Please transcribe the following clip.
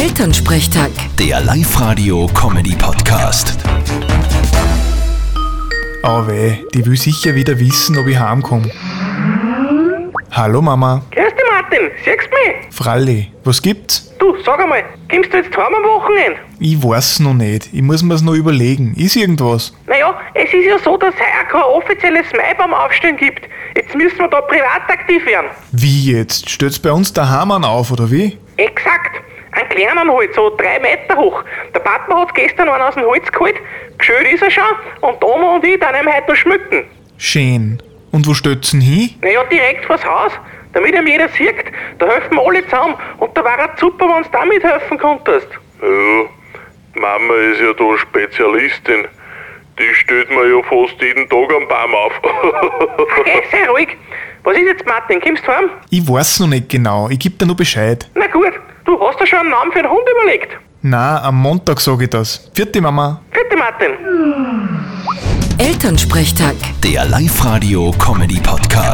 Elternsprechtag. Der Live-Radio-Comedy-Podcast. Oh weh, die will sicher wieder wissen, ob ich heimkomme. Hallo Mama, Grüß dich, Martin. Siehst du mich? Fralli, was gibt's? Du, sag einmal, kommst du jetzt heim am Wochenende? Ich weiß noch nicht, ich muss mir's noch überlegen. Ist irgendwas? Naja, es ist ja so, dass es heuer kein offizielles Maibaum-Aufstehen gibt. Jetzt müssen wir da privat aktiv werden. Wie jetzt? Stürzt bei uns der Hamann auf, oder wie? Exakt. Einen kleinen halt, so drei Meter hoch. Der Partner hat gestern einen aus dem Holz geholt. Geschönt ist er schon. Und die Oma und ich dann ihm heute noch schmücken. Schön. Und wo stürzt denn hin? Naja, direkt vors Haus. Damit ihm jeder sieht, da helfen wir alle zusammen. Und da war es super, wenn du da mithelfen konntest. Ja, Mama ist ja da Spezialistin. Die stellt mir ja fast jeden Tag am Baum auf. Okay, sei ruhig. Was ist jetzt, Martin? Kommst du heim? Ich weiß noch nicht genau, ich geb dir nur Bescheid. Na gut, du hast dir schon einen Namen für den Hund überlegt. Na, am Montag sag ich das. Vierte Mama. Bitte, Martin. Elternsprechtag. Der Live-Radio-Comedy-Podcast.